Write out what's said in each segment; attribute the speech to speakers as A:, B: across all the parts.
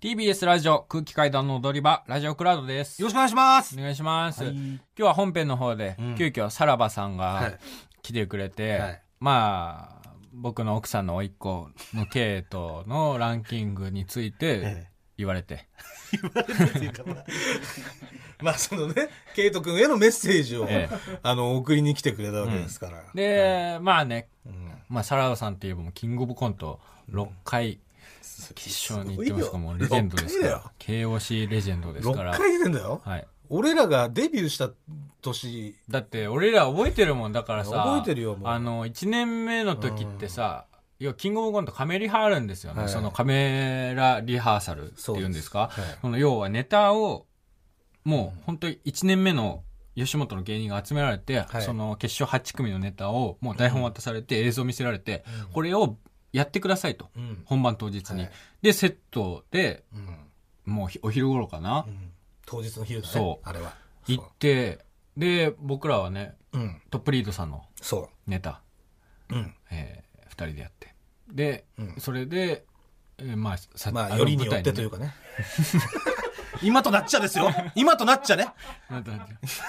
A: TBS ラジオ空気階段の踊り場、ラジオクラウドです。
B: よ
A: お
B: ろしくお願いし ます。
A: 願いします。
B: はい
A: 今日は本編の方で、
B: うん
A: 急遽さらばさん
B: は
A: が
B: い
A: 来てくれて、
B: はい
A: まあ、僕の奥さんの甥っ子の系統のランキングについて
B: え
A: 言われて、
B: 言われるっていうかまあまあその ね、ケイト君へのメッセージを、
A: え
B: あの送りに来てくれたわけですから。
A: で、まあね、
B: うん
A: まあ、さらばさんといえばもうキングオブコント6回決勝に行ってますから、もうレジェンドですから、KOC レジェンドです
B: 6
A: か
B: 回
A: ら
B: だよ。6、回出てんだよ。
A: はい。
B: 俺らがデビューした年、
A: だって俺ら覚えてるもんだからさ
B: 覚えてるよもう
A: あの1年目の時ってさ、要はキングオブコントカメリハあるんですよね、
B: はい
A: そのカメラリハーサルっていうんですか
B: そうですはい
A: その要はネタをもう本当に1年目の吉本の芸人が集められて、
B: はい
A: その決勝8組のネタをもう台本渡されて映像見せられて、これをやってくださいと、
B: うん
A: 本番当日に、
B: はい
A: でセットで
B: うん
A: もうひお昼頃かな、
B: うん当日の昼だね。
A: そう
B: あれは。
A: 行ってで僕らはね
B: う。うん。
A: トップリードさんの
B: そ
A: ネタ
B: う。うん。
A: えー、2人でやってで、
B: うん
A: それで、えーまあさ
B: ま
A: あ
B: あ
A: の
B: よりによっ
A: 舞
B: てと
A: 台
B: いう
A: ね
B: か ね。今となっちゃですよ。今となっちゃね。
A: なんとなくち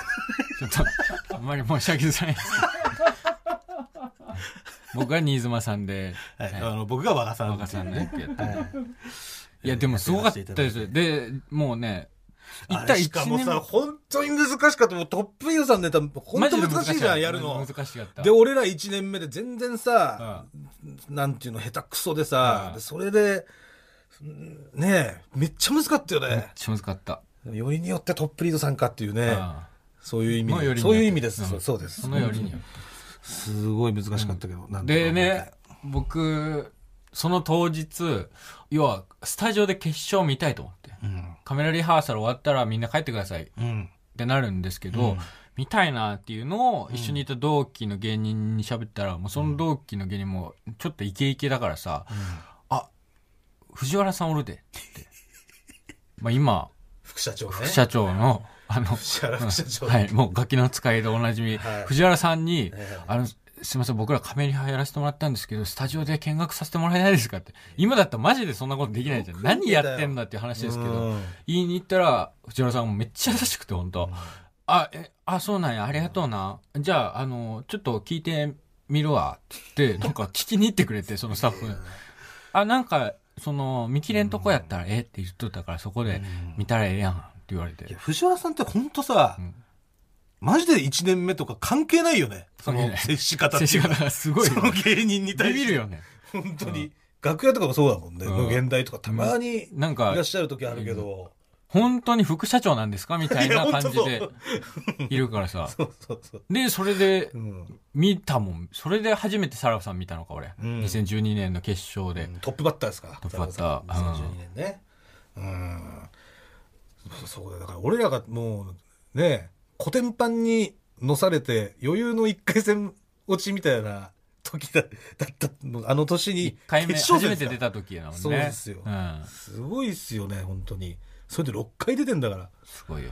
A: ょっとあんまり申し訳ないです僕は新妻さんで
B: はい、あの僕が和賀さん
A: 若さんの役やってる、
B: はい
A: い、やでもすごかった
B: やら
A: で
B: せてい
A: すでもうね一
B: あれ
A: 対
B: し
A: 一
B: かも
A: 年
B: さ本当に難しかったもうトップユーさんネタ本当
A: マジで
B: 難しいじゃんやる
A: マ
B: の
A: ジで難しかった
B: で俺ら1年目で全然さ、なんていうの下手くそでさ、
A: うん
B: でそれでうんねえめっちゃ難かったよ
A: めっ
B: ね、
A: ちゃ難かった、
B: よりによってトップリードさんかっていうね、
A: ああ
B: そういう意味
A: のよりによって
B: そういう意味です、
A: うん
B: そうそうです
A: そのよりによって
B: すごい難しかったけど、なんとか
A: でね、僕、その当日、要は、スタジオで決勝見たいと思って。
B: うん
A: カメラリハーサル終わったらみんな帰ってくださいっ
B: うん
A: てなるんですけど、
B: うん
A: 見たいなっていうのを一緒にいた同期の芸人に喋ったら、もうその同期の芸人もちょっとイケイケだからさ、あ、藤原さんおるでって言って。まあ今、
B: 副社長ね
A: 副 社長の、あの、
B: 藤原副社長、
A: はい、もうガキの使いでおなじみ、
B: はい
A: 藤原さんに、
B: ええ
A: あの、すいません、僕らカメリハやらせてもらったんですけど、スタジオで見学させてもらえないですかって。今だったらマジでそんなことできないじゃん。何やってんだっていう話ですけ
B: う
A: ど、
B: ん
A: 言いに行ったら、藤原さんもめっちゃ優しくて、本当あ、え、あ、そうなんや、ありがとうな。じゃあ、あの、ちょっと聞いてみるわ、って、なんか聞きに行ってくれて、そのスタッフ。あ、なんか、その、見切れんとこやったら、えって言っとったから、そこで見たらええやん、って言われて
B: いや。藤原さんって本当さ、
A: ん
B: マジで1年目とか関係ないよね。そ
A: 関係
B: の
A: ない
B: 接し方って
A: 接
B: い
A: し
B: うか
A: 方が すごいよ
B: その芸人に
A: ビ
B: 対
A: ビ
B: し
A: る
B: て。
A: よね。
B: 本当に。楽屋とかもそうだもんね。
A: うん
B: 無限大とかたまにい
A: なん
B: ら
A: か
B: っ、しゃる時あるけど。
A: 本当に副社長なんですかみたいな感じ
B: いや
A: で
B: 本
A: いるからさ。
B: そうそうそう。
A: で、それで
B: うん
A: 見たもん。それで初めてサラブさん見たのか、俺。
B: うん
A: 2012年の決勝で。
B: トップバッターですか。
A: トップバッター
B: 2012年ね。うん。そうだよ。だから俺らがもう、ね、コテンパンに乗されて余裕の1回戦落ちみたいな時だだったのあの年に
A: 1回目、
B: 決勝
A: 初
B: 戦
A: め
B: で
A: て
B: すか
A: 出た時やもんね。
B: そうですよ
A: うん。
B: すごいっすよね、本当に。それで6回出てんだから。
A: すごいよ。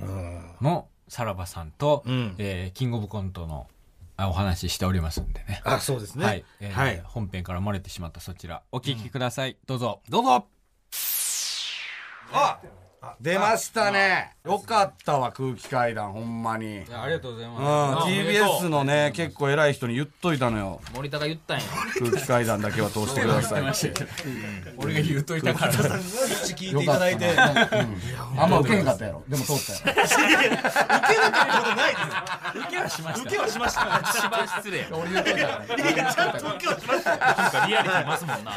B: うん。
A: の、サラバさんと、
B: うん
A: えーキングオブコントのあお話ししておりますんでね。
B: あ、そうですね。
A: はい、えー
B: はい
A: 本編から漏れてしまったそちら、お聞きください。どうぞ。
B: どうぞあ
C: 出ましたねよかったわ空気階段ほんまに
A: ありがとうござい
C: うん TBS のね結構偉い人に言っといたのよ
A: 森田が言ったんや。
C: 空気階段だけは通してくださいって
A: 俺が言うといたから。
B: 口聞いていただいて。受
C: あんま受けへんかったやろでも通ったやろ
B: けなかったことないです
A: 受けはしました。
B: 受けはしました。
A: 一番失 礼。
C: 俺言っといたから
B: いや、ちゃんと受けはしました。い
D: なんかリアリティますもん
C: い
D: な。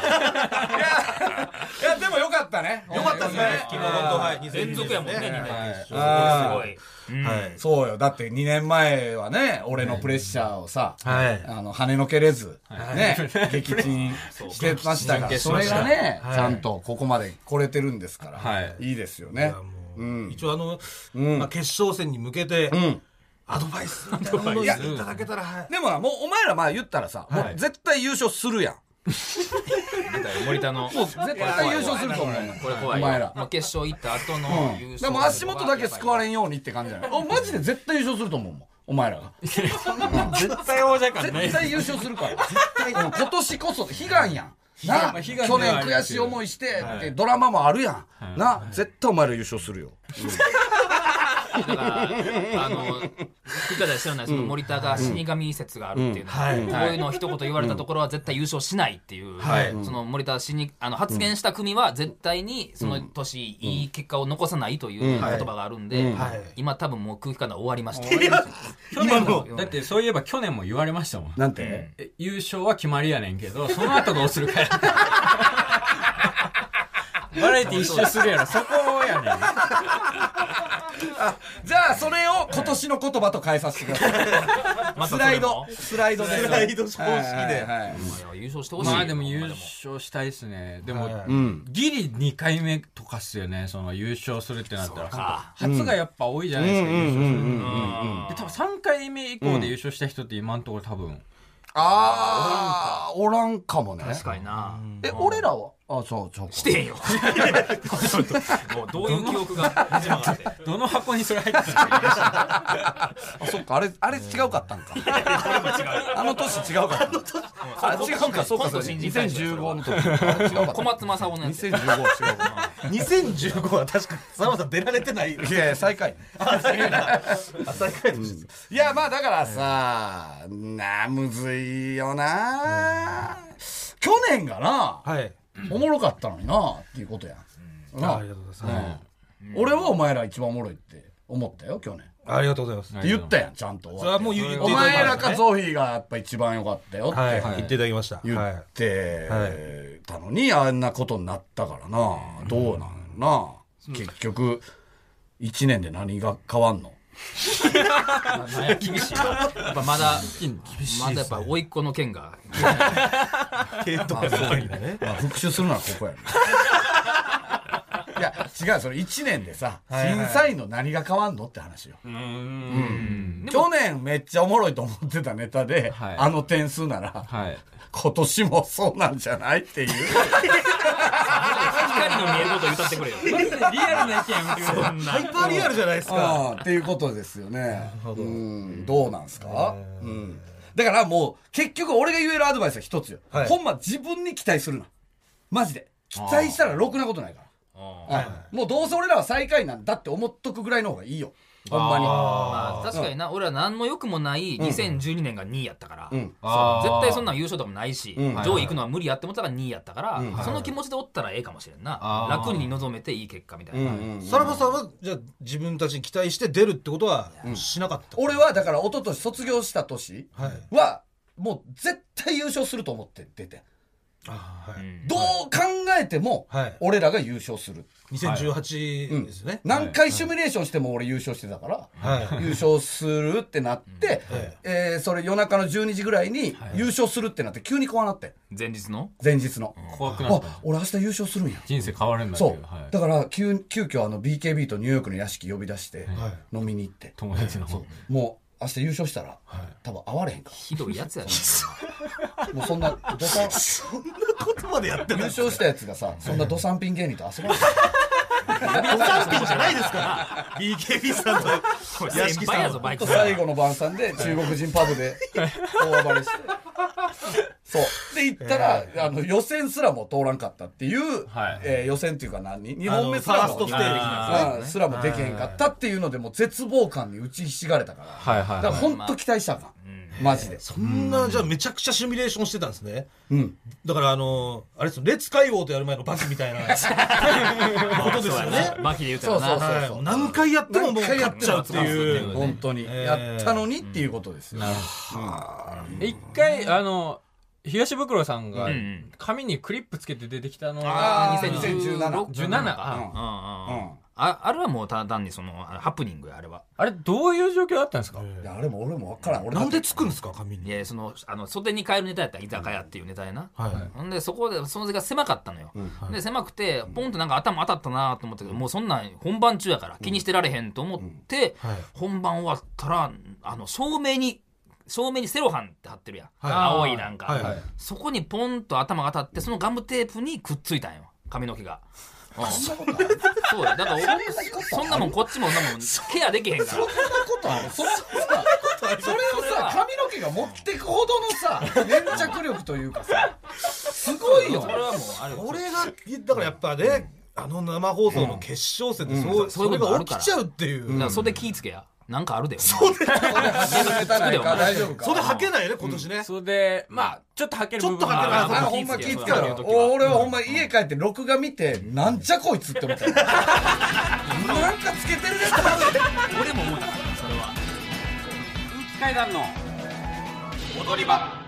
C: やでもよかったねよ
B: かったですね。昨日はい
D: 連続やもんね、2年す
C: あ
D: ごい。うん
B: はい。
C: そうよだって2年前はね俺のプレッシャーをさ
B: はい
C: あの跳ねのけれずね撃沈してましたからそれがねちゃんとここまで来れてるんですから
A: はい
C: いいですよねう
B: うん
C: ん
B: 一応あの、
C: うん
B: まあ、決勝戦に向けて、
C: うん
B: アドバイスみたいなものをいただけたら、はい。
C: でもなもうお前らまあ言ったらさ、もう絶対優勝するやん。
D: 森田の。
C: もう絶対優勝すると思うねん
D: これ怖い
C: お前ら
D: よ。。もう決勝行った後の優
C: うん
D: 勝。
C: でも足元だけ救われ
D: ん。
C: んようにって感じじゃない。おマジで絶対優勝すると思うもん。お前らが。
D: 絶対王者感
C: 絶対優勝するから。うん今年こそ悲願やん。な
A: まあ悲願では
C: 去年
A: ありま
C: 悔
A: す
C: し
A: け
C: い
A: ど
C: 思いして、でドラマもあるやん、
A: はい
C: な絶対お前ら優勝するよ、
D: だから、あの、福田では知らない、その森田が死神説があるっていうの、
B: うん
D: こういうのを一言言われたところは絶対優勝しないっていう、
B: はい
D: その森田死にあの発言した組は絶対にその年いい結果を残さないという言葉があるんで、
B: はい
D: 今多分もう空気感が終わりました。
A: 今
D: の
A: だってそういえば去年も言われましたもん。
C: なんて、
A: え優勝は決まりやねんけど、その後どうする かやねんバラエティ一周するやろ、そこやねん。
C: じゃあそれを今年の言葉と変えさせてください
D: また
C: ス
D: それも
C: ライドスライドで
B: スライド方式で
C: はいはいはい
D: いや優勝してほしい。
A: まあでも優勝したいですね。でも、
B: はい
C: うん
A: ギリ2回目とかっすよね、その優勝するってなった
D: そう
A: ら。
D: か
A: 初がやっぱ多いじゃないですか、優勝するの。
D: うん
A: で、多分3回目以降で優勝した人って今のところ多分。
C: ああおらんかもね
D: 確かにな。
C: え俺らはあそうそうか
D: してへんよ。もう どういう記憶が始まって。
A: どの箱にそれ入ってたの
C: あそっかあれあれ違うかったん かあの年違うかったあ違うかそうかそうか
D: 新人大賞
C: 2015の時あれ違うかった
D: 小松政夫のや
C: 2015
D: つ。
C: 違うか
B: 2015は確かさまさん出られてない
C: いやいや最下 位ね
B: 最下位でし
C: いやまあだからさなあむずいよな去年がな
B: たはい
C: おもろかったのになっていうことやんな
B: ありがとうございます
C: うん俺はお前ら一番おもろいって思ったよ去年
B: ありがとうございます
C: って言ったやんちゃんと
B: それはもう言っていた
C: お
B: だきまし
C: 前
B: た
C: らかゾフィーがやっぱ一番良かったよっ
B: はい
C: て
B: 言っていただきました
C: 言
B: は
C: っ
B: い
C: て
B: は
C: たのにあんなことになったからなどうなんな結局1年で何が変わんの
D: 厳しい。やっぱまだ、 まだやっぱ甥っ子の件が。
B: 系統が多いんだね
C: まあ復讐するのはここやねいや違うそれ1年でさ
B: はいは
C: 審
B: い
C: 査員の何が変わんのって話よ
A: うん。
C: 去年めっちゃおもろいと思ってたネタで、
A: はい
C: あの点数なら
A: はい。
C: 今年もそうなんじゃないっていう
D: 光の見えること歌ってくれよ。
A: リアルな意見を言う
D: そんな
B: ハイパーリアルじゃないですか
C: ああっていうことですよねうんどうなんすか、うん、だからもう結局俺が言えるアドバイスは一つよ、
B: はい
C: ほんま自分に期待するなマジで期待したらろくなことないから
D: うん
C: はいもうどうせ俺らは最下位なんだって思っとくぐらいの方がいいよほんまに
D: まあ確かにな、俺は何も良くもない2012年が2位やったから、
C: うん
D: そう絶対そんなん優勝とかもないし、
C: うん
D: 上位行くのは無理やって思ったから2位やったから、
C: うん
D: その気持ちでおったらええかもしれんな、
A: あー
D: 楽に臨めていい結果みたいな、
B: さらばさんはじゃあ自分たちに期待して出るってことはしなかった
C: 俺はだから一昨年卒業した年
B: はい
C: はもう絶対優勝すると思って出て
B: あは
D: う
B: い
D: ん
C: どう考えても
B: はい
C: 俺らが優勝する
B: 2018ですね
C: 何回シミュレーションしても俺優勝してたから
B: はい
C: 優勝するってなって
B: はい
C: えーそれ夜中の12時ぐらいに優勝するってなって急に怖なって
D: 前日の
C: 前日の
A: 怖くなった
C: あ。俺明日優勝するんや
A: 人生変わるんだけ
C: そ
A: ど
C: う、。
A: はい
C: だから急急遽あの BKB とニューヨークの屋敷呼び出して
B: はい
C: 飲みに行って、
A: 友達の方。
C: もう明日優勝したら、多分会われへんか
D: ひどいやつやね
C: らもうそ んなどさん
B: そんなことまでやって
C: 優勝したやつがさそんなド産品芸人と遊ばない
B: じゃないです から BKB さんと屋敷
D: 先輩
B: さ
D: や
B: ん
D: ぞバイクさん
C: 最後の晩餐で中国人パブで大暴れしてそうで行ったら、あの予選すらも通らんかったっていう、
A: はい
C: えー予選っていうか何2
B: あの
C: 本目す
B: ファー
C: ら
B: ス
C: も
B: トステージ
D: あ
C: うんすらもできへんかったっていうのでもう絶望感に打ちひしがれたから、
A: はいはい
C: だから
A: はい。
C: 本当期待したらあかんマジで
B: そんなじゃあめちゃくちゃシミュレーションしてたんですね
C: うん
B: だからあのーあれですよレッツ海王とやる前のバキみたいな ことですよね
D: マキで言うたらな
C: そうそう
B: はいもう何回やってももう
C: 何回やっ
B: 勝ってちゃ
C: も
B: うっていう
D: そう
C: 本当に、
B: え
C: やったのにっていうことですよ、ね
A: 一回、あの、東袋さんが
D: うんうん
A: 紙にクリップつけて出てきたの
C: あ
A: が
C: ー
A: 2016
C: 2017
A: 17
D: うん
A: か。
D: うんうん
C: うん
D: ああれはもうただ単にそのあハプニングやあれは
A: あれ、どういう状況だったんですか
C: いやあれも俺も分からん俺だ
B: な
C: っ
B: ん
C: て
B: で作るんですか紙
D: い
B: に
D: やそのあの袖に変えるネタやったら居酒屋っていうネタやな、
B: は
D: ほんでそこでその時が狭かったのよ、
B: い
D: で狭くてポンとなんか頭当たったなと思ったけどもうそんなん本番中やから気にしてられへんと思って、
B: はい
D: 本番終わったらあの照明に照明にセロハンって貼ってるやん、
B: はい
D: 青いなんか、
B: はいはい
D: そこにポンと頭が当たってそのガムテープにくっついたんよ髪の毛が。うん
C: そんなことある
D: そうやだから俺そんなもんこっちもそんなもんケアできへんから
C: そんなことあるそんなさそれを
D: それは
C: さ髪の毛が持ってくほどのさ粘着力というかさすごいよ
D: それはもうあれ
B: これがだからやっぱね、あの生放送の決勝戦でそう、
D: そうい
B: そう
D: こ
B: れ
D: ともあ
B: が
D: るか
B: 起
D: ら
B: きちゃうっていう、
D: だから
B: そ
D: 袖気ぃつけやなんかあるで
B: そうで
C: それたないか大丈夫か
B: それはけないよね今年ね、
A: それで、まあ、ちょっとはける部分
B: ちょっと
A: は
B: は
A: あ
B: ける
A: る
C: あほんま気ぃつけ
D: そういう
C: ろ
D: 時は
C: お俺はほんま家帰って録画見て なんじゃこいつって思ったよなんかつけてるね
D: 俺も思ったからそれは
A: 階段の踊り場